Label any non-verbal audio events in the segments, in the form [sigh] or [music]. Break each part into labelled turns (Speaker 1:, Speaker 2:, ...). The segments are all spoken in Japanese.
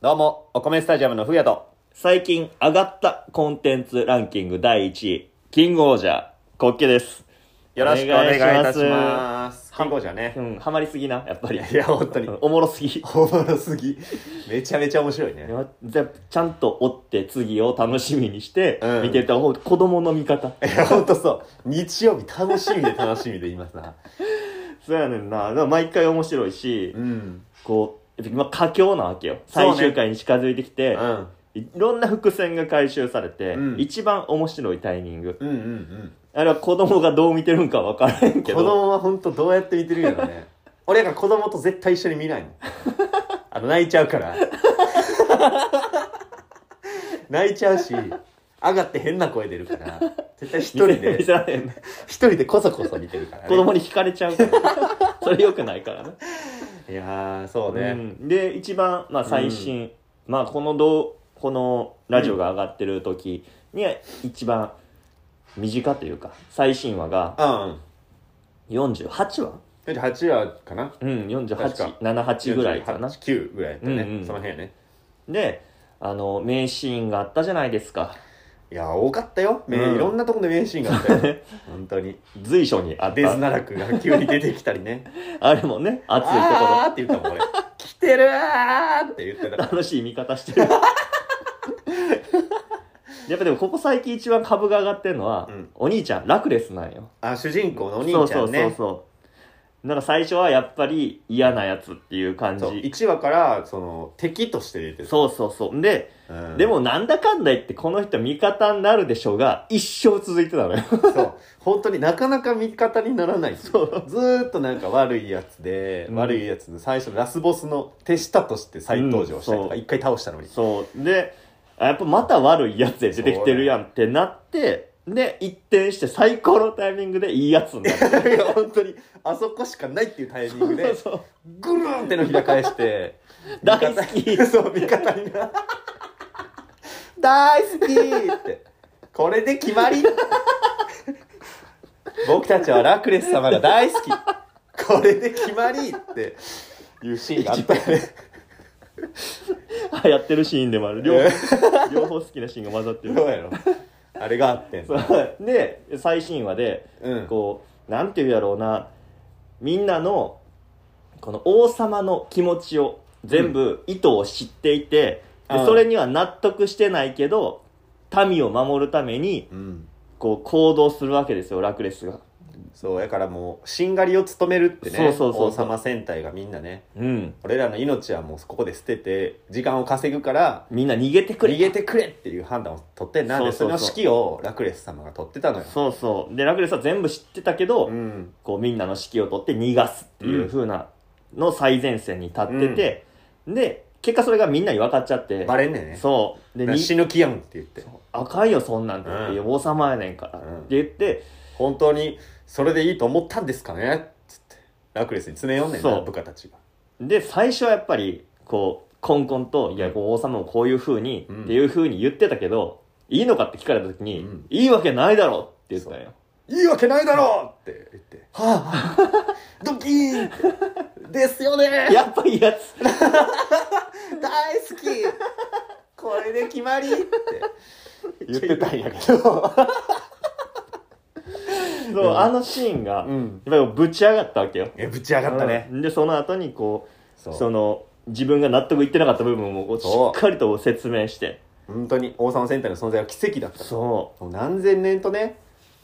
Speaker 1: どうも、お米スタジアムのふうやと、
Speaker 2: 最近上がったコンテンツランキング第1位、キングオージャー、コッケです。
Speaker 1: よろしくお願いいたし
Speaker 2: お願いし
Speaker 1: ます。キングオージャー
Speaker 2: う
Speaker 1: ね。
Speaker 2: ん、ハマりすぎな、やっぱり。
Speaker 1: いや、本当に。
Speaker 2: おもろすぎ。
Speaker 1: おもろすぎ。めちゃめちゃ面白いね。
Speaker 2: ぜちゃんと追って次を楽しみにして
Speaker 1: うん
Speaker 2: 見てた、ほん、子供の見方。
Speaker 1: いや、本当そう。日曜日楽しみで楽しみで言いますな。
Speaker 2: そうやねんな。でも毎回面白いし、
Speaker 1: うん。
Speaker 2: こう、やっぱ今佳境なわけよ。
Speaker 1: そうね
Speaker 2: 最終回に近づいてき
Speaker 1: う
Speaker 2: て、
Speaker 1: ん。
Speaker 2: いろんな伏線が回収されて、
Speaker 1: うん
Speaker 2: 一番面白いタイミング。
Speaker 1: うんうんうん。
Speaker 2: あれは子供がどう見てるんか分からへんけ
Speaker 1: 子
Speaker 2: ど。
Speaker 1: 供は本当どうやって見てるんやろ
Speaker 2: [laughs]
Speaker 1: ね。俺が子供と絶対一緒に見ないもん。あの、泣いちゃう
Speaker 2: [laughs]
Speaker 1: から。泣いちゃうし、上がって変な声出るから、絶対一人
Speaker 2: 見せ
Speaker 1: で、
Speaker 2: られへん。
Speaker 1: 一人でこそこそ見てるから、ね。
Speaker 2: 子供に惹かれちゃうから
Speaker 1: [laughs]
Speaker 2: それよくないからね
Speaker 1: いやー、そう
Speaker 2: う
Speaker 1: ね。
Speaker 2: ん、で一番、まあ、最新、まあこのどうこのラジオが上がってる時に一番身近というか最新話が
Speaker 1: うん。
Speaker 2: 48話
Speaker 1: 48話かな
Speaker 2: うん
Speaker 1: 確
Speaker 2: 4878ぐらいかな
Speaker 1: 9ぐらいだったね、
Speaker 2: うんうん
Speaker 1: その辺やね。
Speaker 2: であの名シーンがあったじゃないですか
Speaker 1: いやー、多かったよ。名
Speaker 2: うん
Speaker 1: いろんなとこで名シーンがあった
Speaker 2: [laughs]
Speaker 1: よ。本当に。
Speaker 2: 随所にあっ
Speaker 1: デズ
Speaker 2: た
Speaker 1: ナラクが急に出てきたりね。
Speaker 2: あれもね [laughs] 熱いと
Speaker 1: あ
Speaker 2: こ
Speaker 1: ーって言ったもん俺「来てるー!」って言って
Speaker 2: ろ
Speaker 1: た
Speaker 2: 楽しい見方して
Speaker 1: [laughs]
Speaker 2: るやっぱでもここ最近一番株が上がってるのは、
Speaker 1: うん
Speaker 2: お兄ちゃんラクレスなんよ
Speaker 1: あ主人公のお兄
Speaker 2: そう
Speaker 1: ちゃ
Speaker 2: そうんそう
Speaker 1: ね
Speaker 2: そうなんか最初はやっぱり嫌なやつっていう感
Speaker 1: そう
Speaker 2: じ
Speaker 1: 1話からその敵として出てる
Speaker 2: そうそうそうで、
Speaker 1: うん
Speaker 2: でもなんだかんだ言ってこの人味方になるでしょうが一生続いてたのよ
Speaker 1: そう本当になかなか味方にならない
Speaker 2: [laughs] そう
Speaker 1: ずーっとなんか悪いやつで、
Speaker 2: うん
Speaker 1: 悪いやつの最初のラスボスの手下として再登場したりとか、
Speaker 2: うん
Speaker 1: 一回倒したのに
Speaker 2: [laughs] そうであやっぱまた悪いやつで出てきてるやんってなってで一転して最高のタイミングでいいやつになる
Speaker 1: [laughs] いや本当にあそこしかないっていうタイミング
Speaker 2: [laughs] そう
Speaker 1: で
Speaker 2: そう
Speaker 1: ぐるーんってのひら返して
Speaker 2: [laughs] 大好き
Speaker 1: 味方そう味方に [laughs]
Speaker 2: [laughs]
Speaker 1: な大好きってこれで決まり僕たちはラクレス様が大好きこれで決まりっていうシーンがあったよね
Speaker 2: あやってるシーンでもある [laughs] 両方両方好きなシーンが混ざって
Speaker 1: どう
Speaker 2: る
Speaker 1: やろあれがあってん
Speaker 2: そ
Speaker 1: の
Speaker 2: うで最新話で
Speaker 1: うん
Speaker 2: こうなんていうやろうなみんなのこの王様の気持ちを全部意図を知っていて、
Speaker 1: う
Speaker 2: で
Speaker 1: ん
Speaker 2: それには納得してないけど民を守るために
Speaker 1: うん
Speaker 2: こう行動するわけですよラクレスが。
Speaker 1: そうやからもうしんがりを務めるってね
Speaker 2: そうそうそう
Speaker 1: 王様戦隊がみんなね
Speaker 2: うん、
Speaker 1: 俺らの命はもうここで捨てて時間を稼ぐから
Speaker 2: みんな逃げてくれ
Speaker 1: 逃げてくれっていう判断を取ってんな
Speaker 2: そ
Speaker 1: で
Speaker 2: うそ
Speaker 1: そう
Speaker 2: そう
Speaker 1: の指揮をラクレス様が取ってたのよ
Speaker 2: そうそうでラクレスは全部知ってたけど、
Speaker 1: うん
Speaker 2: こうみんなの指揮を取って逃がすっていう風なの最前線に立ってて、で結果それがみんなに分かっちゃって
Speaker 1: バレんねんね
Speaker 2: そうで
Speaker 1: だから
Speaker 2: に
Speaker 1: 死ぬ気やんって言って
Speaker 2: あかんよそんなんて、
Speaker 1: うん
Speaker 2: いや王様やねんから、
Speaker 1: うん
Speaker 2: って言って
Speaker 1: 本当にそれでいいと思ったんですかねっつってラクレスに詰め寄んねん
Speaker 2: そ
Speaker 1: な
Speaker 2: う
Speaker 1: 部下たちが
Speaker 2: で最初はやっぱりこうコンコンと「いやこう王様もこういうふうに」
Speaker 1: うん
Speaker 2: っていうふうに言ってたけど「いいのか?」って聞かれた時に「
Speaker 1: うん
Speaker 2: いいわけないだろ」って言ったんよ
Speaker 1: いいわけないだろうって言ってはあドキーンってですよね
Speaker 2: やっぱいい
Speaker 1: [laughs]
Speaker 2: やつ
Speaker 1: 大好きこれで決まりって言ってたんやけど
Speaker 2: そう、あのシーンが、やっ
Speaker 1: ん
Speaker 2: ぱりぶち上がったわけよ
Speaker 1: えぶち上がったね、
Speaker 2: うんでその後にこう
Speaker 1: そう
Speaker 2: その自分が納得いってなかった部分もこうし
Speaker 1: そう
Speaker 2: っかりと説明して
Speaker 1: 本当に王様戦隊の存在は奇跡だった
Speaker 2: そ
Speaker 1: もう何千年とね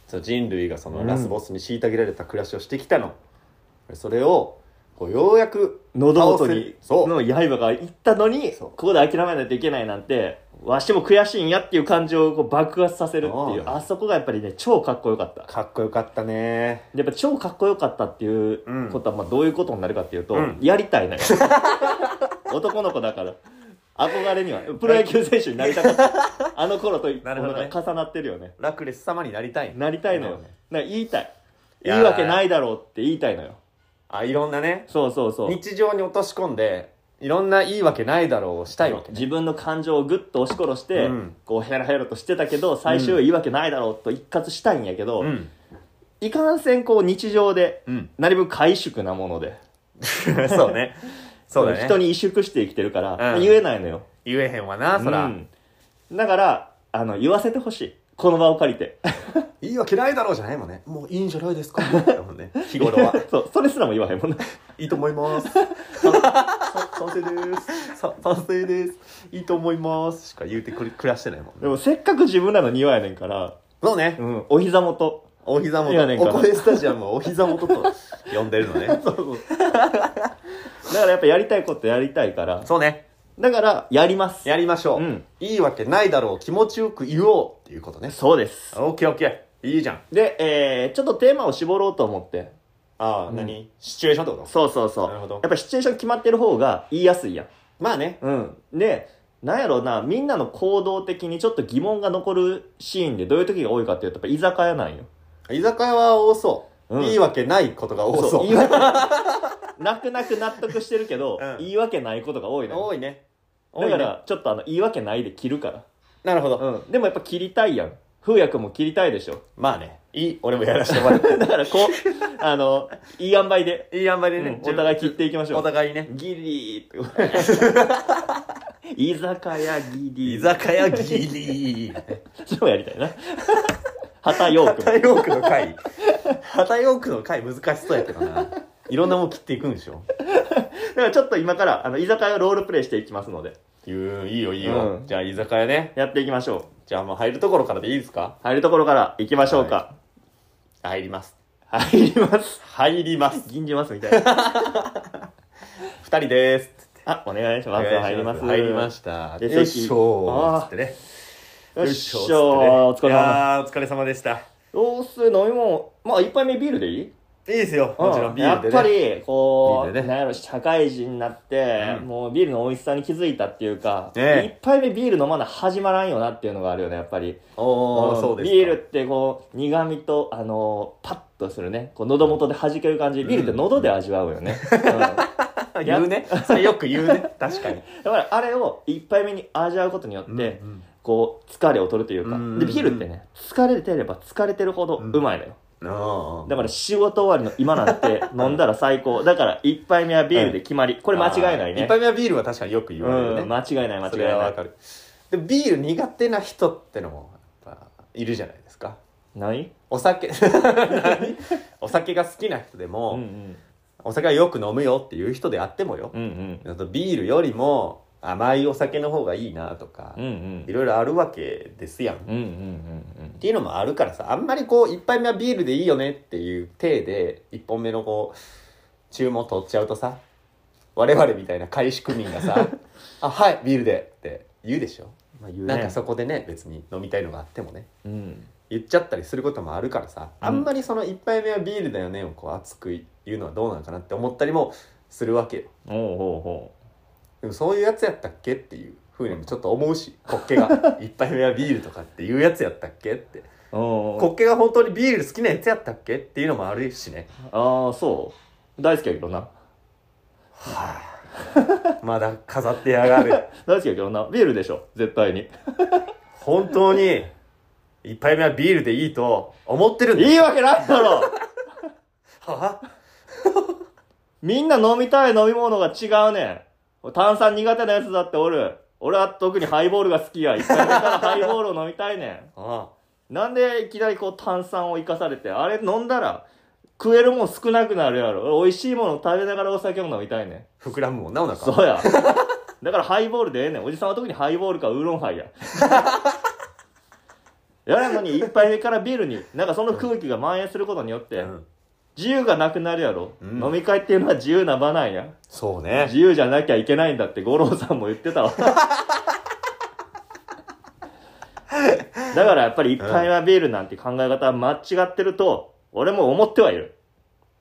Speaker 1: その人類がその
Speaker 2: うん
Speaker 1: ラスボスに虐げられた暮らしをしてきたの、それをこうようやく
Speaker 2: う喉元に
Speaker 1: 倒せる
Speaker 2: の刃が行ったのに
Speaker 1: そう
Speaker 2: ここで諦めないといけないなんてわしも悔しいんやっていう感情をこう爆発させるっていう
Speaker 1: ああ
Speaker 2: あそこがやっぱりね超かっこよかった
Speaker 1: かっこよかったね
Speaker 2: やっぱ超かっこよかったっていう
Speaker 1: うん
Speaker 2: ことはまあどういうことになるかっていうと、
Speaker 1: うん
Speaker 2: やりた
Speaker 1: [laughs]
Speaker 2: いのよ男の子だから憧れにはプロ野球選手になりた
Speaker 1: [laughs]
Speaker 2: かったあの頃と
Speaker 1: なるほどね
Speaker 2: 重なってるよね
Speaker 1: ラクレス様になりたい
Speaker 2: なりたいのよ、
Speaker 1: なるほ
Speaker 2: なんか言いたい
Speaker 1: い
Speaker 2: い
Speaker 1: やー
Speaker 2: いわけないだろうって言いたいのよ
Speaker 1: あいろんなね
Speaker 2: そうそうそう
Speaker 1: 日常に落とし込んでいろんないいわけないだろうをしたいわけね
Speaker 2: 自分の感情をグッと押し殺して、
Speaker 1: うん
Speaker 2: こうヘラヘラとしてたけど最終
Speaker 1: うん
Speaker 2: 言い訳ないだろうと一括したいんやけど、
Speaker 1: うん
Speaker 2: いかんせんこう日常で
Speaker 1: うん
Speaker 2: なるべく回縮なもので
Speaker 1: [laughs] そうねそうだね
Speaker 2: 人に萎縮して生きてるから、
Speaker 1: うん
Speaker 2: 言えないのよ
Speaker 1: 言えへんわなそら、
Speaker 2: うんだからあの言わせてほしいこの場を借りて
Speaker 1: いいわけないだろうじゃないもんねもういいんじゃないですかだもんね日頃は
Speaker 2: [laughs] そうそれすらも言わへんもんな
Speaker 1: いいと思います賛成 [laughs] ですさ賛成ですいいと思いますしか言うてくれ暮らしてないもん
Speaker 2: で
Speaker 1: ね
Speaker 2: もせっかく自分らの庭やねんから、
Speaker 1: そうね
Speaker 2: うん、お膝元
Speaker 1: お膝
Speaker 2: いやねん
Speaker 1: 元
Speaker 2: か
Speaker 1: お声スタジアムをお [laughs] 膝元と呼んでる [laughs] のね
Speaker 2: だからやっぱやりたいことやりたいから
Speaker 1: そうね
Speaker 2: だからやります
Speaker 1: やりましょう、
Speaker 2: うん
Speaker 1: いいわけないだろう気持ちよく言おうっていうことね
Speaker 2: そうです
Speaker 1: オッケーオッケーいいじゃん
Speaker 2: で、えー、ちょっとテーマを絞ろうと思って
Speaker 1: ああ、
Speaker 2: うん
Speaker 1: 何シチュエーションってこと
Speaker 2: そうそうそう
Speaker 1: なるほど
Speaker 2: やっぱシチュエーション決まってる方が言いやすいやん
Speaker 1: まあね
Speaker 2: うんでなんやろうなみんなの行動的にちょっと疑問が残るシーンでどういう時が多いかっていうとやっぱ居酒屋なんよ
Speaker 1: 居酒屋は多そう、
Speaker 2: うん
Speaker 1: いいわけないことが多そう
Speaker 2: 言い訳 [laughs] 泣く泣く納得してるけど、
Speaker 1: うん
Speaker 2: 言い訳ないことが多いの
Speaker 1: [laughs]
Speaker 2: よ
Speaker 1: 多いね多い
Speaker 2: だ
Speaker 1: ね
Speaker 2: からちょっとあの言い訳ないで切るから
Speaker 1: なるほど、
Speaker 2: うん、でもやっぱ切りたいやん風也君も切りたいでしょ [laughs]
Speaker 1: まあねいい俺もやらせてもらって
Speaker 2: だからこうあのいい塩梅で、
Speaker 1: [laughs] いいあんまり
Speaker 2: う
Speaker 1: ね、
Speaker 2: んお互い切っていきましょ
Speaker 1: お
Speaker 2: う
Speaker 1: 互いね
Speaker 2: ギリーって [laughs] 居酒屋ギリ
Speaker 1: 居酒屋ギリー
Speaker 2: それもやりたいな旗よ
Speaker 1: [laughs]
Speaker 2: く
Speaker 1: 旗ヨークの回旗ヨークの回難しそうやけどないろんなもん切っていくんでしょ
Speaker 2: だからちょっと今からあの居酒屋をロールプレイしていきますので
Speaker 1: いういいよいい
Speaker 2: よ
Speaker 1: じゃあ居酒屋ね
Speaker 2: やっていきましょ
Speaker 1: じゃあもう入るところからでいいですか
Speaker 2: う入るところからいきましょうか、
Speaker 1: 入ります
Speaker 2: 入ります
Speaker 1: 入ります
Speaker 2: 銀じますみたい
Speaker 1: [laughs]
Speaker 2: な
Speaker 1: 二人です
Speaker 2: あお願いし
Speaker 1: お
Speaker 2: ます
Speaker 1: 願いし
Speaker 2: 入ります
Speaker 1: 入りました
Speaker 2: で
Speaker 1: よいしょー
Speaker 2: 席
Speaker 1: つってね
Speaker 2: よっしょーお疲れ
Speaker 1: い
Speaker 2: 様
Speaker 1: やーお疲れ様でしたい
Speaker 2: どうする飲み物まあ一杯目ビールでいい
Speaker 1: いですよもちろんビールでね
Speaker 2: やっぱりこ
Speaker 1: ビー
Speaker 2: う、
Speaker 1: ルでね
Speaker 2: なんやろ社会人になって、
Speaker 1: うん
Speaker 2: もうビールの美味しさに気づいたっていうか、
Speaker 1: ねえ
Speaker 2: 一杯目ビール飲まな始まらんよなっていうのがあるよねやっぱり
Speaker 1: お
Speaker 2: うん
Speaker 1: ーそうですか
Speaker 2: ビールってこう苦味とあのーパッとするねこう喉元で弾ける感じ、ビールって喉で味わ
Speaker 1: [laughs]
Speaker 2: うよね、うんだか
Speaker 1: 言うね [laughs] それよく言うね確かに
Speaker 2: らあれを一杯目に味わうことによって、
Speaker 1: [laughs] うん
Speaker 2: こう疲れを取るというか、
Speaker 1: うん
Speaker 2: でビールってね疲れてれば疲れてるほどうまいの
Speaker 1: う
Speaker 2: よ、
Speaker 1: んあー
Speaker 2: だから仕事終わりの今な
Speaker 1: [laughs]
Speaker 2: んて飲んだら最高だから一杯目はビールで決まり、これ間違いないね
Speaker 1: 一杯目はビールは確かによく言われるね、
Speaker 2: うん、間違いない間違
Speaker 1: そ
Speaker 2: い
Speaker 1: れは
Speaker 2: な
Speaker 1: わ
Speaker 2: い
Speaker 1: かるでもビール苦手な人ってのもやっぱいるじゃないですか
Speaker 2: ない
Speaker 1: お
Speaker 2: [laughs]
Speaker 1: 酒お酒が好きな人で
Speaker 2: う
Speaker 1: も、
Speaker 2: ん
Speaker 1: お酒はよく飲むよっていう人であってもよ
Speaker 2: うんう、ん
Speaker 1: あとビールよりも甘いお酒の方がいいなとか、
Speaker 2: うんうんうん
Speaker 1: いろいろあるわけですやん、っ
Speaker 2: うんうんうん
Speaker 1: ていうのもあるからさあんまりこう一杯目はビールでいいよねっていう体で一本目のこう注文取っちゃうとさ我々みたいな開始区民が
Speaker 2: [laughs]
Speaker 1: さ「あはいビールで」って言うでしょ
Speaker 2: まあ言うね
Speaker 1: なんかそこでね別に飲みたいのがあってもね
Speaker 2: うん
Speaker 1: 言っちゃったりすることもあるからさ、
Speaker 2: うん
Speaker 1: あんまりその1杯目はビールだよねをこう熱く言うのはどうなのかなって思ったりもするわけよ
Speaker 2: おうお
Speaker 1: でもそういうやつやったっけっていうふうにもちょっと思うし滑稽
Speaker 2: [laughs]
Speaker 1: が1杯目はビールとかっていうやつやったっけって
Speaker 2: うおうおう
Speaker 1: 滑稽が本当にビール好きなやつやったっけっていうのもあるしね
Speaker 2: ああそう大好きやけどな
Speaker 1: はあまだ飾ってやがる
Speaker 2: 大好きやけどなビールでしょ絶対に
Speaker 1: 本当に1杯目はビールでいいと思ってるんだ
Speaker 2: いいわけないだろ
Speaker 1: はあ
Speaker 2: みんな飲みたい飲み物が違うねん。炭酸苦手なやつだっておる。俺は特にハイボールが好きや。一回目からハイボールを飲みたいね
Speaker 1: ああ
Speaker 2: ん。なんでいきなりこう炭酸を生かされて、あれ飲んだら食えるもん少なくなるやろ。俺美味しいものを食べながらお酒も飲みたいねん。
Speaker 1: 膨らむもんなお腹
Speaker 2: そうや。だからハイボールでええねん。おじさんは特にハイボールかウーロンハ
Speaker 1: [laughs]
Speaker 2: イや。やなのに一杯目からビールに、なんかその空気が蔓延することによって、
Speaker 1: うん
Speaker 2: 自由がなくなるやろ。
Speaker 1: うん
Speaker 2: 飲み会っていうのは自由な場なんや。
Speaker 1: そうね
Speaker 2: 自由じゃなきゃいけないんだって五郎さんも言って
Speaker 1: [laughs]
Speaker 2: たわだからやっぱり一杯目はビールなんて考え方は間違ってると俺も思ってはいる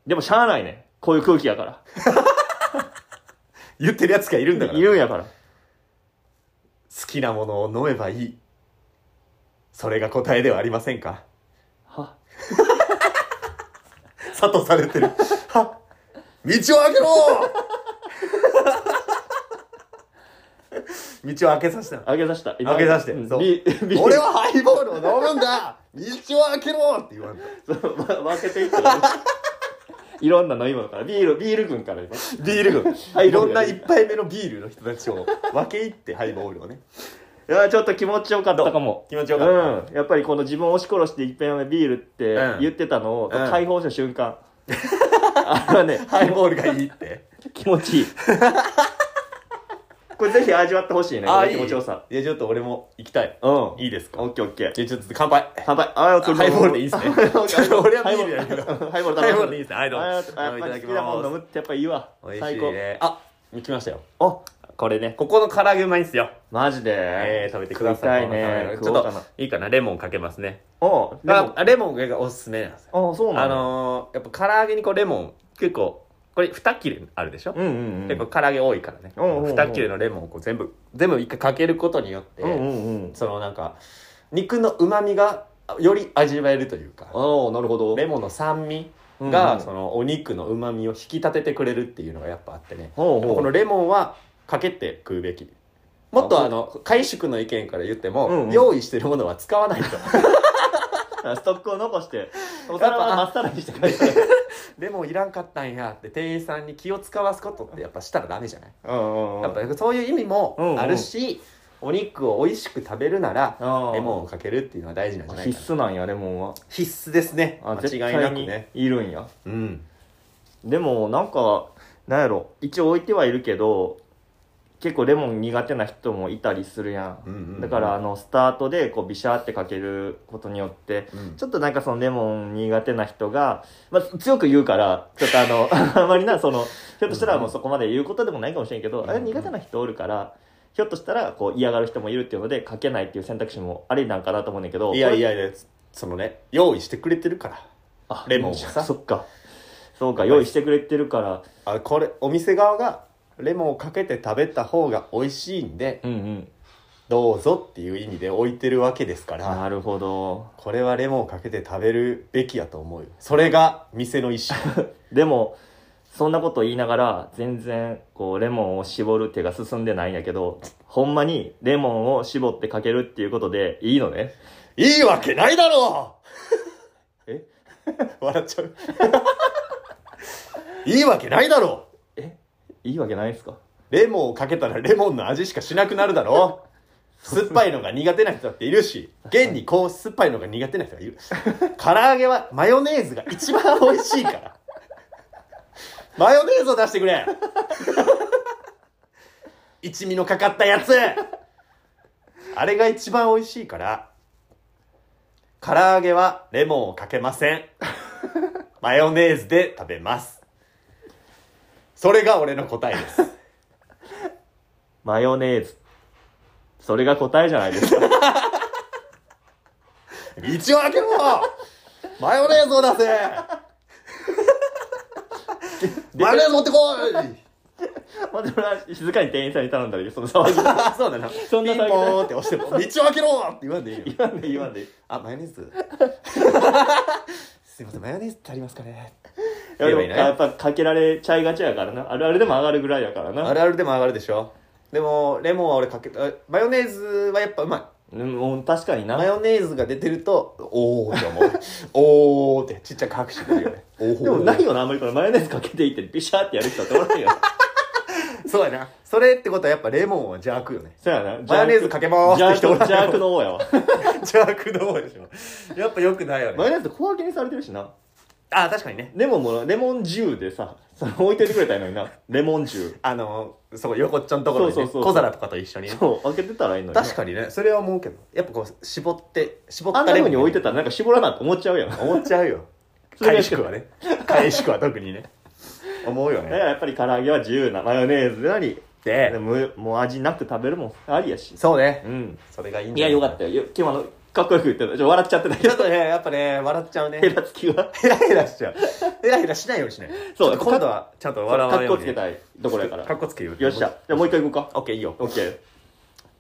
Speaker 2: でもしゃあないねこういう空気やか
Speaker 1: 言ってるやつがいるんだから
Speaker 2: いるんやから
Speaker 1: 好きなものを飲めばいいそれが答えではありませんか
Speaker 2: は
Speaker 1: 諭されてるは道を開けろ [laughs] 道を開けさせたの
Speaker 2: 上げさせた今
Speaker 1: 上げさせて
Speaker 2: うん
Speaker 1: そう
Speaker 2: ビビール
Speaker 1: 俺
Speaker 2: [laughs]
Speaker 1: はハイボールを飲むんだ道を開けろって言われた
Speaker 2: そうわ分けていったらねいろんな飲み物から、ビール、ビール群から今。
Speaker 1: ビール群
Speaker 2: はい
Speaker 1: いろんな一杯目のビールの人たちを分け入ってハイボールをね
Speaker 2: いやちょっと気持ちよかったかも。
Speaker 1: 気持ちよかった、
Speaker 2: うん。やっぱりこの自分を押し殺して一杯目ビールって
Speaker 1: うん
Speaker 2: 言ってたのを、
Speaker 1: うん
Speaker 2: 解放した瞬間。あの
Speaker 1: [laughs]
Speaker 2: ね、
Speaker 1: ハイボールがいいって
Speaker 2: 気持ちいい。 [laughs] これぜひ味わってほしいね。この気持ちよさ。
Speaker 1: いやちょっと俺も行きたい
Speaker 2: うん。
Speaker 1: いいですか
Speaker 2: オッケーオッケー。
Speaker 1: じゃあちょっと乾杯
Speaker 2: 乾杯。あー、
Speaker 1: ハイボールでいいっすね [laughs] ちょっと俺はビールやけど
Speaker 2: ハイボール
Speaker 1: ハイボール
Speaker 2: 頼
Speaker 1: でいいで
Speaker 2: む
Speaker 1: すねはいどうも
Speaker 2: あーやっぱり好きなもん飲むってやっぱいいわ。
Speaker 1: 美味し
Speaker 2: 最
Speaker 1: い
Speaker 2: 高。
Speaker 1: ねあ来ましたよ
Speaker 2: おこれね。
Speaker 1: ここの唐揚げうまいんすよ
Speaker 2: マジで。
Speaker 1: えー、食べてください
Speaker 2: 食いたいね。
Speaker 1: ち
Speaker 2: 食
Speaker 1: ょ
Speaker 2: お
Speaker 1: っ
Speaker 2: うか
Speaker 1: と
Speaker 2: な。
Speaker 1: いいかなレモンかけますね
Speaker 2: おう、
Speaker 1: あレモンがおすすめなんですよ
Speaker 2: あ、そうな
Speaker 1: あ
Speaker 2: んだ
Speaker 1: のー、やっぱ唐揚げにこうレモン結構これ2切れあるでしょ、
Speaker 2: うんうんうん。
Speaker 1: 結構唐揚げ多いからね、
Speaker 2: うんうんうん
Speaker 1: 2切れのレモンをこう全部全部一回かけることによって、
Speaker 2: うんうんうん。
Speaker 1: そのなんか肉のうまみがより味わえるというか
Speaker 2: ああ、なるほど。
Speaker 1: レモンの酸味
Speaker 2: うん
Speaker 1: が、
Speaker 2: うん
Speaker 1: そのお肉のうまみを引き立ててくれるっていうのがやっぱあってね、
Speaker 2: ほうほう
Speaker 1: このレモンはかけて食うべきもっ
Speaker 2: あ
Speaker 1: と
Speaker 2: そう
Speaker 1: あの海宿の意見から言っても、
Speaker 2: うんうん
Speaker 1: 用意してるものは使わないと
Speaker 2: [laughs] ストックを残して、お皿はまっさらにして帰って。
Speaker 1: レモンいらんかったんやって店員さんに気を使わすことってやっぱしたらダメじゃない
Speaker 2: うんうん。
Speaker 1: やっぱそういう意味もあるし、お肉を美味しく食べるなら
Speaker 2: あー
Speaker 1: レモンをかけるっていうのは大事なんじゃないかな
Speaker 2: 必須なんや、レモンは。
Speaker 1: 必須ですね
Speaker 2: あ、絶
Speaker 1: 間違いな
Speaker 2: 対
Speaker 1: く
Speaker 2: に
Speaker 1: ね
Speaker 2: いるんや。
Speaker 1: うん
Speaker 2: でも、なんか、なんやろ。一応置いてはいるけど、結構レモン苦手な人もいたりするや
Speaker 1: うんうんうん
Speaker 2: ん。だから、あの、スタートで、こう、ビシャーってかけることによって、
Speaker 1: うん
Speaker 2: ちょっとなんかそのレモン苦手な人が、まあ、強く言うから、ちょっとあの、 [laughs] あまりな、その、ひょっとしたらもうそこまで言うことでもないかもしれんけど、
Speaker 1: うん
Speaker 2: あれ苦手な人おるから、ひょっとしたらこう嫌がる人もいるっていうので、書けないっていう選択肢もありなんかなと思うねんだけど。
Speaker 1: いやい
Speaker 2: や、
Speaker 1: やいやそのね用意してくれてるから
Speaker 2: あ
Speaker 1: レモンをさ
Speaker 2: そっか。そうか、用意してくれてるから。
Speaker 1: あこれお店側がレモンをかけて食べた方が美味しいんで
Speaker 2: うんうん。
Speaker 1: どうぞっていう意味で置いてるわけですから
Speaker 2: なるほど。
Speaker 1: これはレモンをかけて食べるべきやと思うよそれが店の意思
Speaker 2: でも、そんなこと言いながら、全然、こう、レモンを絞る手が進んでないんやけど、ほんまにレモンを絞ってかけるっていうことでいいのね。
Speaker 1: いいわけないだろう
Speaker 2: え
Speaker 1: 笑っちゃう [laughs] いいわけないだろう
Speaker 2: いいわけないですか
Speaker 1: レモンをかけたらレモンの味しかしなくなるだろう酸っぱいのが苦手な人だっているし現にこう酸っぱいのが苦手な人がいる唐揚げはマヨネーズが一番美味しいからマヨネーズを出してくれ一味のかかったやつあれが一番美味しいから唐揚げはレモンをかけませんマヨネーズで食べますそれが俺の答えです
Speaker 2: マヨネーズ。それが答えじゃないですか。 [laughs]
Speaker 1: 道を開けろマヨネーズを出せマヨネーズ持ってこい
Speaker 2: まあ、それは静かに店員さんに頼んだらいいよその騒ぎ。
Speaker 1: そうだな。
Speaker 2: [laughs] そんな騒ぎ
Speaker 1: ピンポーンって押しても、道を開けろって言わんでいいよ。
Speaker 2: 言わんで言わんで。い
Speaker 1: あ、マヨネーズ [laughs] すいません、マヨネーズってありますかね
Speaker 2: やでも
Speaker 1: 言えばいいね
Speaker 2: やっぱかけられちゃいがちやからな。あるあるでも上がるぐらいやから
Speaker 1: あ
Speaker 2: な。
Speaker 1: るあるでも上がるでしょでも、レモンは俺かけた、マヨネーズはやっぱうま
Speaker 2: うんもう確かに
Speaker 1: い。マ
Speaker 2: な。
Speaker 1: ヨネーズが出てると、おーって
Speaker 2: [laughs]
Speaker 1: 思う。おーってちっちゃく拍手出るよね。おー
Speaker 2: でもないよな、あんまりこれマヨネーズかけていってビシャーってやる人っておらんよ。
Speaker 1: そうやな。それってことはやっぱレモンは邪悪よね。
Speaker 2: そうやな。
Speaker 1: [laughs] マヨネーズかけまーす
Speaker 2: ジャ
Speaker 1: って
Speaker 2: ー
Speaker 1: 人
Speaker 2: ク
Speaker 1: おらんよ
Speaker 2: 邪悪の方や
Speaker 1: [laughs]
Speaker 2: わ。
Speaker 1: 邪悪の方でしょやっぱ良くないよ
Speaker 2: マヨ
Speaker 1: ね
Speaker 2: ネーズって小分けにされてるしな。
Speaker 1: あ確かにね
Speaker 2: レモンも、レモン汁でさ、その置いといてくれたらいいのにな。レモン汁。
Speaker 1: あのそう横っちょんところに
Speaker 2: そう
Speaker 1: ね
Speaker 2: そうそう
Speaker 1: 小皿とかと一緒にね
Speaker 2: そう、開けてたらいいのにな。
Speaker 1: 確かにねそれは思うけどやっぱこう絞って絞っ
Speaker 2: あん
Speaker 1: た
Speaker 2: な
Speaker 1: レ
Speaker 2: 風
Speaker 1: モン
Speaker 2: に置いてたらなんか絞らなって思っちゃうやん。
Speaker 1: 思っちゃうよ
Speaker 2: それが
Speaker 1: [laughs] 返しくはね返しくは特にね思うよ
Speaker 2: だか
Speaker 1: ね
Speaker 2: らやっぱり唐揚げは自由なマヨネーズなりで
Speaker 1: で
Speaker 2: ももう味なく食べるもんありやし
Speaker 1: そうね
Speaker 2: うん
Speaker 1: それがいいん
Speaker 2: い
Speaker 1: じゃ
Speaker 2: や
Speaker 1: な
Speaker 2: よかったよよ今日あのかっこよく言ってたちょっと笑っちゃってたけ
Speaker 1: ちょ
Speaker 2: ど
Speaker 1: っとねやっぱね笑っちゃうね
Speaker 2: [laughs] ヘラつきは
Speaker 1: ヘラヘラしちゃうヘラヘラしないようにしない
Speaker 2: そう
Speaker 1: ちょっと今度はちゃんと笑わ
Speaker 2: か
Speaker 1: な
Speaker 2: っ
Speaker 1: いよう
Speaker 2: こつ
Speaker 1: に
Speaker 2: けたいところやから
Speaker 1: かっこつけよう
Speaker 2: よっしゃじゃあもう一回行こうか
Speaker 1: オッケーいいよ
Speaker 2: オッケー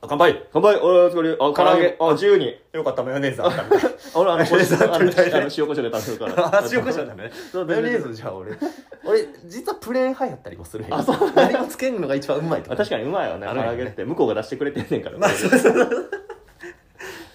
Speaker 1: 乾杯
Speaker 2: 乾杯おお疲れあ唐揚げ
Speaker 1: 唐
Speaker 2: あ自由に
Speaker 1: よかったマヨネーズあったみたい
Speaker 2: 俺
Speaker 1: [laughs]
Speaker 2: あの
Speaker 1: マヨネーズ
Speaker 2: あのあの
Speaker 1: みたいな
Speaker 2: 塩コショウで食べるか
Speaker 1: [laughs] あ
Speaker 2: ら
Speaker 1: 塩コショウだね
Speaker 2: そう
Speaker 1: マヨネーズじゃあ俺 [laughs] 俺実はプレーン派やったりもするんや
Speaker 2: あそう
Speaker 1: 何もつけんのが一番うまいと
Speaker 2: あ確かにうまいよね
Speaker 1: あ
Speaker 2: 唐
Speaker 1: るよね
Speaker 2: 揚げって向こうが出してくれてんねんから
Speaker 1: まあ [laughs] そうそうそう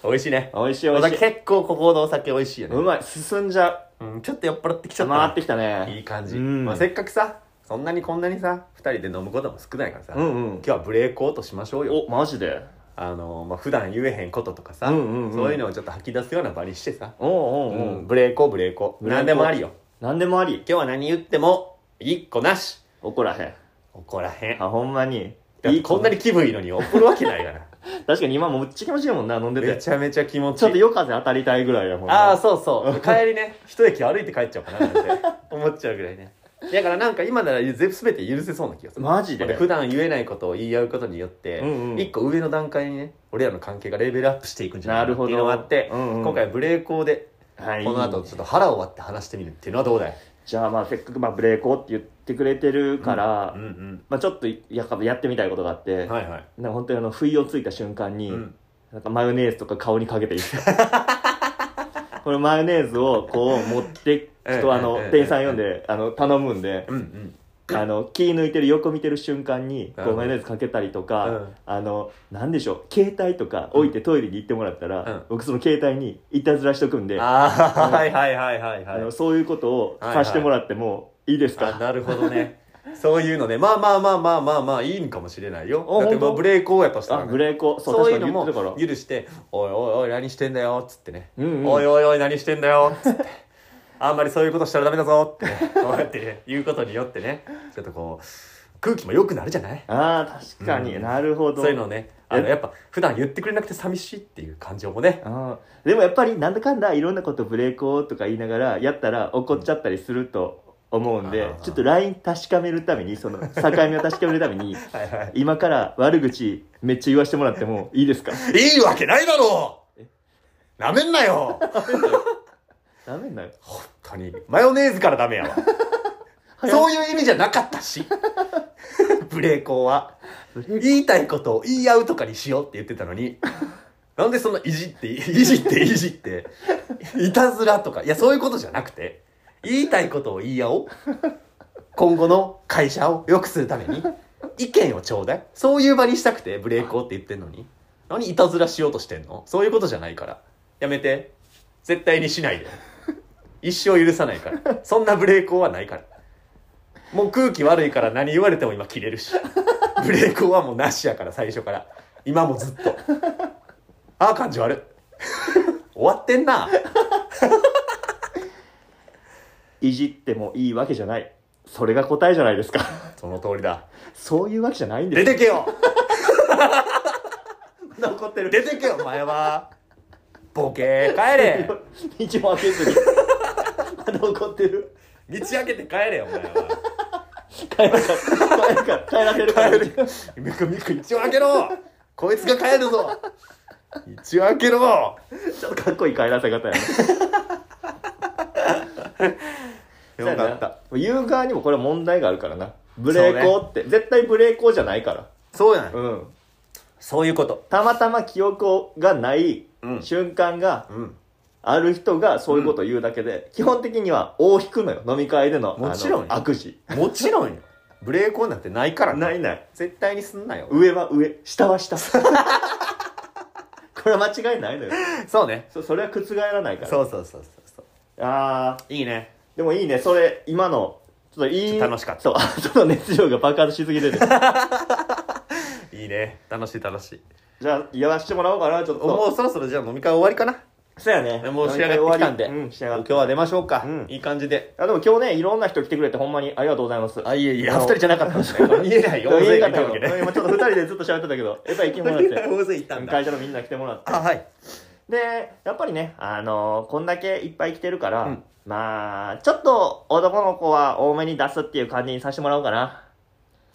Speaker 1: 美味しいね
Speaker 2: 美味しい美
Speaker 1: お
Speaker 2: 味
Speaker 1: 酒
Speaker 2: しい
Speaker 1: 結構ここのお酒美味しいよね
Speaker 2: うまい進んじゃ
Speaker 1: うん、ちょっと酔っ払ってきちゃった
Speaker 2: 回
Speaker 1: な
Speaker 2: ってきたね
Speaker 1: いい感じ、
Speaker 2: うん
Speaker 1: まあ、せっかくさそんなにこんなにさ2人で飲むことも少ないからさ、
Speaker 2: うんうん
Speaker 1: 今日はブレイクオートしましょうよ
Speaker 2: おマジで
Speaker 1: あの、まあ、普段言えへんこととかさ、
Speaker 2: うんうんうん
Speaker 1: そういうのをちょっと吐き出すような場にしてさ、
Speaker 2: おうおうおう、
Speaker 1: ブレイクオブレイクオ
Speaker 2: ブレイクオ
Speaker 1: 何でもありよ
Speaker 2: 何でもあり
Speaker 1: 今日は何言っても一個なし
Speaker 2: 怒らへ
Speaker 1: 怒らへん
Speaker 2: んあほんまに
Speaker 1: だってこんなに気分いいのに怒るわけない
Speaker 2: [laughs]
Speaker 1: から
Speaker 2: 確かに今もうめっちゃ気持ちいいもんな飲んで
Speaker 1: め
Speaker 2: て
Speaker 1: ちゃめちゃ気持ちいい
Speaker 2: ちょっと夜風当たりたいぐらいやもんな
Speaker 1: ああそうそう帰りね一駅歩いて帰っちゃおうかななん
Speaker 2: [laughs]
Speaker 1: て思っちゃうぐらいねだからなんか今なら全て許せそうな気がする
Speaker 2: マジで
Speaker 1: 俺普段言えないことを言い合うことによって、
Speaker 2: うんうん
Speaker 1: 一個上の段階にね俺らの関係がレベルアップしていくんじゃない
Speaker 2: なるほ
Speaker 1: っ
Speaker 2: ど
Speaker 1: ていうのがあって、
Speaker 2: うんうん
Speaker 1: 今回はブレイコーで
Speaker 2: はい
Speaker 1: この後ちょっと腹を割って話してみるっていうのはどうだい
Speaker 2: じゃあまあせっかくまあブレイクをって言ってくれてるから、
Speaker 1: ん
Speaker 2: まあ、ちょっとややってみたいことがあって、
Speaker 1: はいはい
Speaker 2: なんか本当にあの不意をついた瞬間に、
Speaker 1: うん
Speaker 2: なんかマヨネーズとか顔にかけてい
Speaker 1: [laughs]
Speaker 2: いですかこのマヨネーズをこう持ってちょっとあの
Speaker 1: ええええ
Speaker 2: 店員さん呼んであの頼むんで
Speaker 1: うんうん [laughs]
Speaker 2: あの気抜いてる横見てる瞬間に
Speaker 1: なるほ
Speaker 2: こう
Speaker 1: ど
Speaker 2: マヨネーズかけたりと
Speaker 1: う
Speaker 2: か
Speaker 1: ん
Speaker 2: あのなんでしょう携帯とか置いてトイレに行ってもらった
Speaker 1: うん
Speaker 2: ら僕その携帯にいたずらしとくんであ
Speaker 1: ああはいはいはいはいはい
Speaker 2: のそういうことをさしてもらってもいいです
Speaker 1: あ
Speaker 2: か
Speaker 1: なるほどねそういうのねまあまあまあまあまあまあいいんかもしれないよ
Speaker 2: あ
Speaker 1: だってまあ
Speaker 2: 本当
Speaker 1: ブレイクオーやとしたら、
Speaker 2: あ
Speaker 1: ね、
Speaker 2: ブレーコ
Speaker 1: そ
Speaker 2: そうう確
Speaker 1: い
Speaker 2: か
Speaker 1: う
Speaker 2: に
Speaker 1: の
Speaker 2: 言っ
Speaker 1: も
Speaker 2: てたから
Speaker 1: 許して「おいおいおい何してんだよ」っつってね「
Speaker 2: うんうん
Speaker 1: おいおいおい何してんだよ」っつって「あんまりそういうことしたらダメだぞ」ってねこうやってね言うことによってねちょっとこう空気も良くなるじゃない
Speaker 2: ああ確かに、
Speaker 1: うん
Speaker 2: なるほど
Speaker 1: そういうのをねあの
Speaker 2: え
Speaker 1: やっぱ普段言ってくれなくて寂しいっていう感情もね
Speaker 2: あーでもやっぱりなんだかんだいろんなことブレイクをとか言いながらやったら怒っちゃったりすると思うん
Speaker 1: うん
Speaker 2: で
Speaker 1: あー
Speaker 2: ちょっと LINE 確かめるためにその境目を確かめるために
Speaker 1: はいはい
Speaker 2: 今から悪口めっちゃ言わせてもらってもいいですか
Speaker 1: いいわけないだろうなめんな
Speaker 2: [laughs]
Speaker 1: よ
Speaker 2: [laughs] ダメなよ
Speaker 1: 本当にマヨネーズからダメやわそういう意味じゃなかったしブレイコーは
Speaker 2: ブレイク
Speaker 1: 言いたいことを言い合うとかにしようって言ってたのになんでそんないじっていじっていじっていたずらとかいやそういうことじゃなくて言いたいことを言い合おう今後の会社を良くするために意見をちょうだいそういう場にしたくてブレイクをって言ってんのに何いたずらしようとしてんのそういうことじゃないからやめて絶対にしないで一生許さないからそんなブレイクはないからもう空気悪いから何言われても今切れるし [laughs] ブレイクはもうなしやから最初から今もずっとああ感じ悪い [laughs] 終わってんない
Speaker 2: じってもいいわけじゃないそれが答えじゃないですか
Speaker 1: その通りだ
Speaker 2: そういうわけじゃないんです
Speaker 1: 出てけよ
Speaker 2: [laughs] 残ってる
Speaker 1: 出てけよお前はボケ帰れ
Speaker 2: [laughs] 道も開けずにまだ怒ってる
Speaker 1: 道開けて帰れよお前は
Speaker 2: 帰らせ帰らせるから
Speaker 1: 帰れミクミク道を開けろこいつが帰るぞ道を開けろ
Speaker 2: [laughs] ちょっとかっこいい帰らせ方やな
Speaker 1: よかった
Speaker 2: そうやな言う側にもこれは問題があるからなブレーコーって、絶対ブレーコーじゃないから
Speaker 1: そうやん
Speaker 2: うん
Speaker 1: そういうこと
Speaker 2: たまたま記憶がない
Speaker 1: うん
Speaker 2: 瞬間が
Speaker 1: うん
Speaker 2: ある人がそういうことを言うだけで、基本的には大引くのよ飲み会での
Speaker 1: もちろんよ
Speaker 2: あの悪事
Speaker 1: もちろんよブレイクオンなんてないからな
Speaker 2: ないない
Speaker 1: 絶対にすんなよ
Speaker 2: 上は上下
Speaker 1: [laughs]
Speaker 2: は下これは間違いないのよ
Speaker 1: そうね
Speaker 2: そそれは覆らないから
Speaker 1: そうそうそうそうそう
Speaker 2: あー
Speaker 1: いいね
Speaker 2: でもいいねそれ今のちょっといい
Speaker 1: 楽しかった
Speaker 2: そう [laughs] ちょっと熱量が爆発しすぎて
Speaker 1: [laughs]
Speaker 2: て
Speaker 1: いいね楽しい楽しい
Speaker 2: じゃあやらしてもらおうかなちょっと
Speaker 1: もうそろそろじゃあ飲み会終わりかな
Speaker 2: そうやね。
Speaker 1: もう仕上がってきたんで、
Speaker 2: うん、仕上が
Speaker 1: 今
Speaker 2: って。
Speaker 1: 日は出ましょうか、
Speaker 2: うん
Speaker 1: いい感じで
Speaker 2: あ、でも今日ね、いろんな人来てくれてほんまにありがとうございます。
Speaker 1: あいえいえ
Speaker 2: あの
Speaker 1: 二人じゃなかったんですね [laughs] 見えないよ大勢
Speaker 2: 言え
Speaker 1: が
Speaker 2: なか
Speaker 1: いた
Speaker 2: ったよ
Speaker 1: わけね
Speaker 2: 今ちょっと二人でずっと喋ってたけど、やっぱり行っても
Speaker 1: [laughs]
Speaker 2: らって。
Speaker 1: 大勢いたんだ
Speaker 2: 会社のみんな来てもらって。
Speaker 1: あはい
Speaker 2: で、やっぱりね、あのーこんだけいっぱい来てるから、
Speaker 1: うん
Speaker 2: まあ、ちょっと男の子は多めに出すっていう感じにさせてもらおうかな。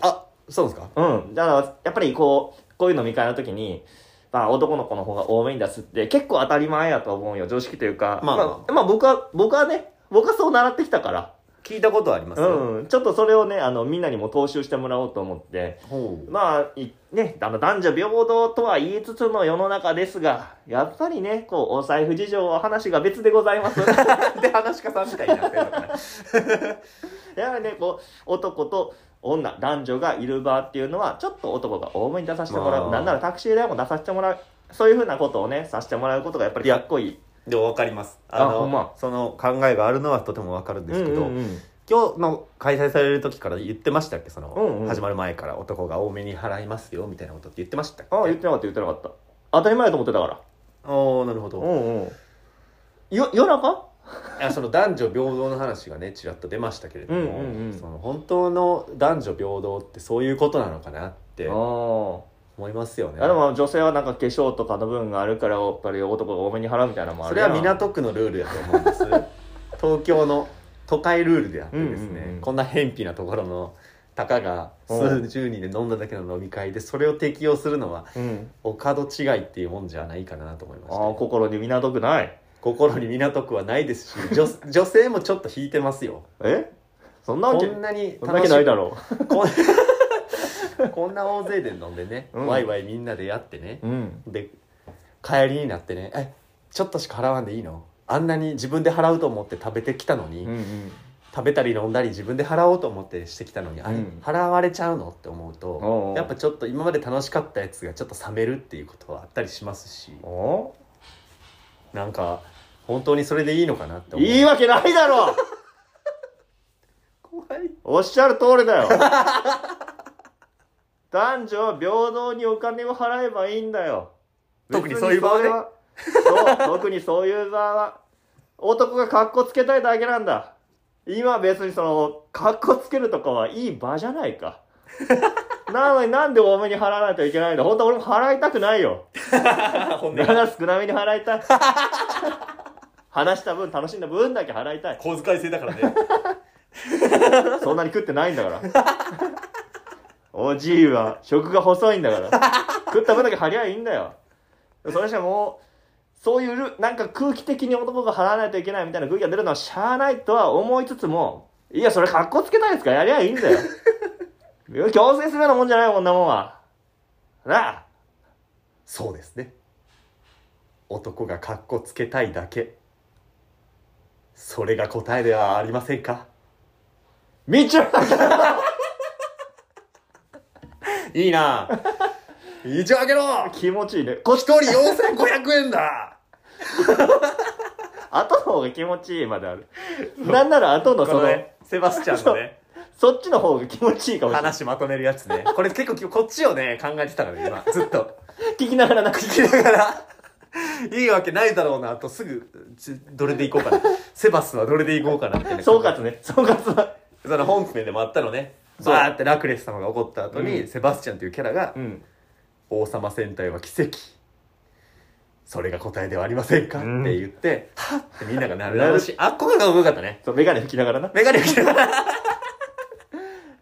Speaker 1: あそうですか
Speaker 2: うん。だから、やっぱりこう、こういう飲み会の時に、まあ、男の子の方が多めに出すって結構当たり前やと思うよ。常識というか。
Speaker 1: まあ
Speaker 2: まあ、まあ僕は、僕はね、僕はそう習ってきたから。
Speaker 1: 聞いたことはありますよ、
Speaker 2: うん、ちょっとそれをねあのみんなにも踏襲してもらおうと思って
Speaker 1: ほう
Speaker 2: まあいねあの男女平等とは言いつつの世の中ですがやっぱりねこうお財布事情は話が別でございますやは
Speaker 1: で話家さんみたいになってるのかな
Speaker 2: りねこう男と女男女がいる場っていうのはちょっと男が多めに出させてもらう、
Speaker 1: まあ
Speaker 2: なんならタクシー代も出させてもらうそういうふうなことをねさせてもらうことがやっぱりかっこいい
Speaker 1: でも分かります
Speaker 2: あ
Speaker 1: の
Speaker 2: ほんま
Speaker 1: その考えがあるのはとても分かるんですけど、
Speaker 2: うんうんうん
Speaker 1: 今日の開催される時から言ってましたっけその、
Speaker 2: うんうん
Speaker 1: 始まる前から男が多めに払いますよみたいなことって言ってましたっけ
Speaker 2: あ言ってなかった言ってなかった当たり前だと思ってたから
Speaker 1: ああなるほど、
Speaker 2: んうんよ夜中
Speaker 1: いやその男女平等の話がねちらっと出ましたけれども、
Speaker 2: うんうんうん
Speaker 1: その本当の男女平等ってそういうことなのかなって
Speaker 2: あ
Speaker 1: 思いますよね
Speaker 2: あでも女性はなんか化粧とかの分があるからやっぱり男が多めに払うみたいなのもあ
Speaker 1: そ
Speaker 2: る
Speaker 1: れ
Speaker 2: やん
Speaker 1: は港区のルールだと思うんです東京の都会ルールであってですね、
Speaker 2: うんうんうん
Speaker 1: こんな偏僻なところのたかが数十人で飲んだだけの飲み会でそれを適用するのは
Speaker 2: うん
Speaker 1: お門違いっていうもんじゃないかなと思いま
Speaker 2: あ
Speaker 1: した
Speaker 2: あ心に港区ない
Speaker 1: 心に港区はないですし女 [laughs] 女性もちょっと引いてますよ
Speaker 2: えそんなわ
Speaker 1: こ
Speaker 2: け
Speaker 1: んなに
Speaker 2: そんなわけないだ
Speaker 1: ろ
Speaker 2: ろ
Speaker 1: こんこんな [laughs] 大勢で飲んでね、
Speaker 2: うん
Speaker 1: ワイワイみんなでやってね
Speaker 2: う、うん
Speaker 1: で帰りになってね「えちょっとしか払わんでいいのあんなに自分で払うと思って食べてきたのに、
Speaker 2: うんうん
Speaker 1: 食べたり飲んだり自分で払おうと思ってしてきたのに、あれ
Speaker 2: うん
Speaker 1: 払われちゃうの?」って思う
Speaker 2: おうお
Speaker 1: と
Speaker 2: う
Speaker 1: やっぱちょっと今まで楽しかったやつがちょっと冷めるっていうことはあったりしますし
Speaker 2: お
Speaker 1: なんか本当にそれでいいのかなって思う
Speaker 2: いいわけないだろ
Speaker 1: 怖い
Speaker 2: おっしゃる通りだよ [laughs] 男女は平等にお金を払えばいいんだよ
Speaker 1: 特にそういう場はね
Speaker 2: 別にそれはそう特にそういう場は男が格好つけたいだけなんだ今別にその格好つけるとかはいい場じゃな
Speaker 1: [laughs]
Speaker 2: いかなのになんで多めに払わないといけないんだ本当俺も払いたくないよ
Speaker 1: [laughs] 本
Speaker 2: だから少なめに払いたい話した分楽しんだ分だけ払いたい
Speaker 1: 小遣い制だからね
Speaker 2: そんなに食ってないんだから。おじいは食が細いんだから。食った分だけ張りゃいいんだよ。それじゃもう、そういうル、なんか空気的に男が払わないといけないみたいな空気が出るのはしゃあないとは思いつつも、いや、それ格好つけたいですからやりゃいいんだよ。強制するようなもんじゃないよ、こんなもんは。なあ。
Speaker 1: そうですね男がかっこつけたいだけそれが答えではありませんか [laughs]
Speaker 2: みちゅ
Speaker 1: いいな一応あげろ
Speaker 2: 気持ちいいね。
Speaker 1: 一人4500円だ
Speaker 2: 後の方が気持ちいいまである。なんなら後のそ
Speaker 1: この
Speaker 2: の、
Speaker 1: ねセバスチャンのね
Speaker 2: そっちの方が気持ちいいかもしれない。
Speaker 1: 話まとめるやつねこれ結構きこっちをね考えてたのよ今ずっと
Speaker 2: 聞きながらなんか
Speaker 1: 聞きながらいいわけないだろうなとすぐちどれでいこうかなセバスはどれでいこうかなってね
Speaker 2: 総括ね総括は
Speaker 1: その本編でもあったのね
Speaker 2: そう
Speaker 1: バーってラクレス様が怒った後に、
Speaker 2: うん
Speaker 1: セバスチャンというキャラが
Speaker 2: ん
Speaker 1: 王様戦隊は奇跡それが答えではありませんか、
Speaker 2: うん
Speaker 1: って言ってはっってみんながなるなるしあっこがうまかったね
Speaker 2: そう眼鏡拭きながらな
Speaker 1: メガネかけながら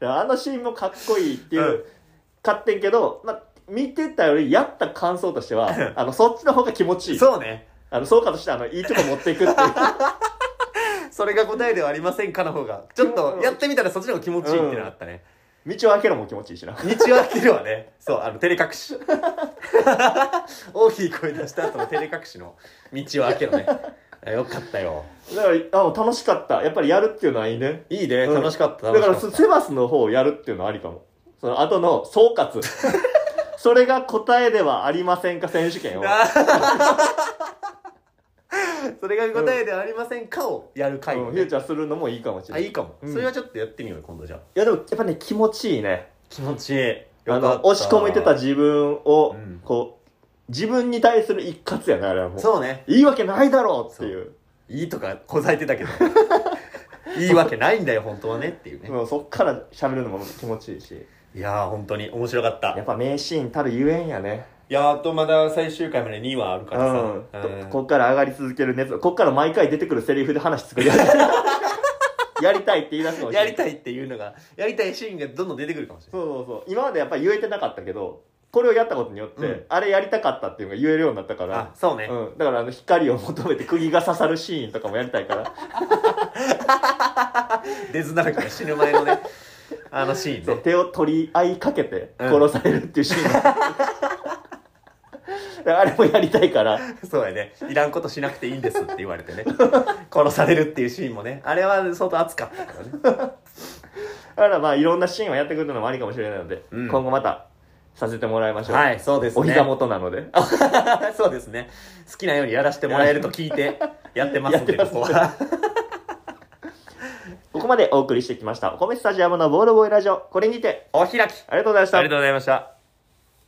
Speaker 2: あのシーンもかっこいいっていう、
Speaker 1: うん
Speaker 2: 勝手んけど、まあ、見てたよりやった感想としてはあの [laughs] そっちの方が気持ちいい
Speaker 1: そうね
Speaker 2: あの総括としてあのいいとこ持っていくっていう [laughs]
Speaker 1: それが答えではありませんかの方がちょっとやってみたらそっちの方が気持ちいいっていうのがあったね、
Speaker 2: 道を開けるのも気持ちいいしな
Speaker 1: 道を開けるはねそうあの照れ隠
Speaker 2: [laughs]
Speaker 1: し大きい声出した後の照れ隠しの道を開けるね [laughs] あよかったよ
Speaker 2: だからあもう楽しかったやっぱりやるっていうのはいいね
Speaker 1: いいね
Speaker 2: うん
Speaker 1: 楽しかった、
Speaker 2: だから
Speaker 1: 楽しかっ
Speaker 2: セバスの方をやるっていうのはありかもその後の総 [laughs] 括それが答えではありませんか選手 [laughs] 権を
Speaker 1: た [laughs] それが答えではありませんかをやる回、
Speaker 2: うんフューチャーするのもいいかもしれ
Speaker 1: あ
Speaker 2: ない
Speaker 1: い
Speaker 2: い
Speaker 1: いかも、
Speaker 2: うん
Speaker 1: それはちょっとやってみようよ今度じゃあ
Speaker 2: やでもやっぱね気持ちいいね
Speaker 1: 気持ちいい
Speaker 2: あの押し込めてた自分を、
Speaker 1: うん
Speaker 2: こう自分に対する一括やねあれはもう
Speaker 1: そうね
Speaker 2: いいわけないだろうっていう
Speaker 1: いいとかこざいてたけ [laughs] どいいわけないんだよ本当はねっていうね
Speaker 2: もうそっから喋るのも気持ちいいし
Speaker 1: いやー本当に面白かった
Speaker 2: やっぱ名シーンたるゆえんやね
Speaker 1: いやーあとまだ最終回まで2話あるか
Speaker 2: う
Speaker 1: らさ、
Speaker 2: ん
Speaker 1: うん
Speaker 2: ここっから上がり続ける熱こっから毎回出てくるセリフで話作りや
Speaker 1: [laughs]
Speaker 2: る [laughs] やりたいって言い出すかもしれ
Speaker 1: や
Speaker 2: ない
Speaker 1: りたいっていうのがやりたいシーンがどんどん出てくるかもしれない
Speaker 2: そうそうそう今までやっぱり言えてなかったけどこれをやったことによって、
Speaker 1: うん
Speaker 2: あれやりたかったっていうのが言えるようになったから
Speaker 1: あそうね、
Speaker 2: うん、だからあの光を求めて釘が刺さるシーンとかもやりたいから
Speaker 1: 出ずならから死ぬ前のねあのシーン
Speaker 2: そう
Speaker 1: ね
Speaker 2: 手を取り合いかけて
Speaker 1: うん
Speaker 2: 殺されるっていうシーンが、 [laughs] あれもやりたいから
Speaker 1: そうやねいらんことしなくていいんですって言われ [laughs] てね殺されるっていうシーンもねあれは相当熱かったからね
Speaker 2: だからまあいろんなシーンをやってくるのもありかもしれないので、
Speaker 1: うん
Speaker 2: 今後またさせてもらいましょう。
Speaker 1: はい、そうですね。
Speaker 2: お膝元なので。
Speaker 1: [laughs] そうですね。好きなようにやらせてもらえると聞いて、やってますんで、 [laughs]
Speaker 2: や
Speaker 1: ここ
Speaker 2: ってます
Speaker 1: は。
Speaker 2: ここまでお送りしてきました。お米スタジアムのボールボーイラジオ。これにて、
Speaker 1: お開き。
Speaker 2: ありがとうございました。
Speaker 1: とうございました。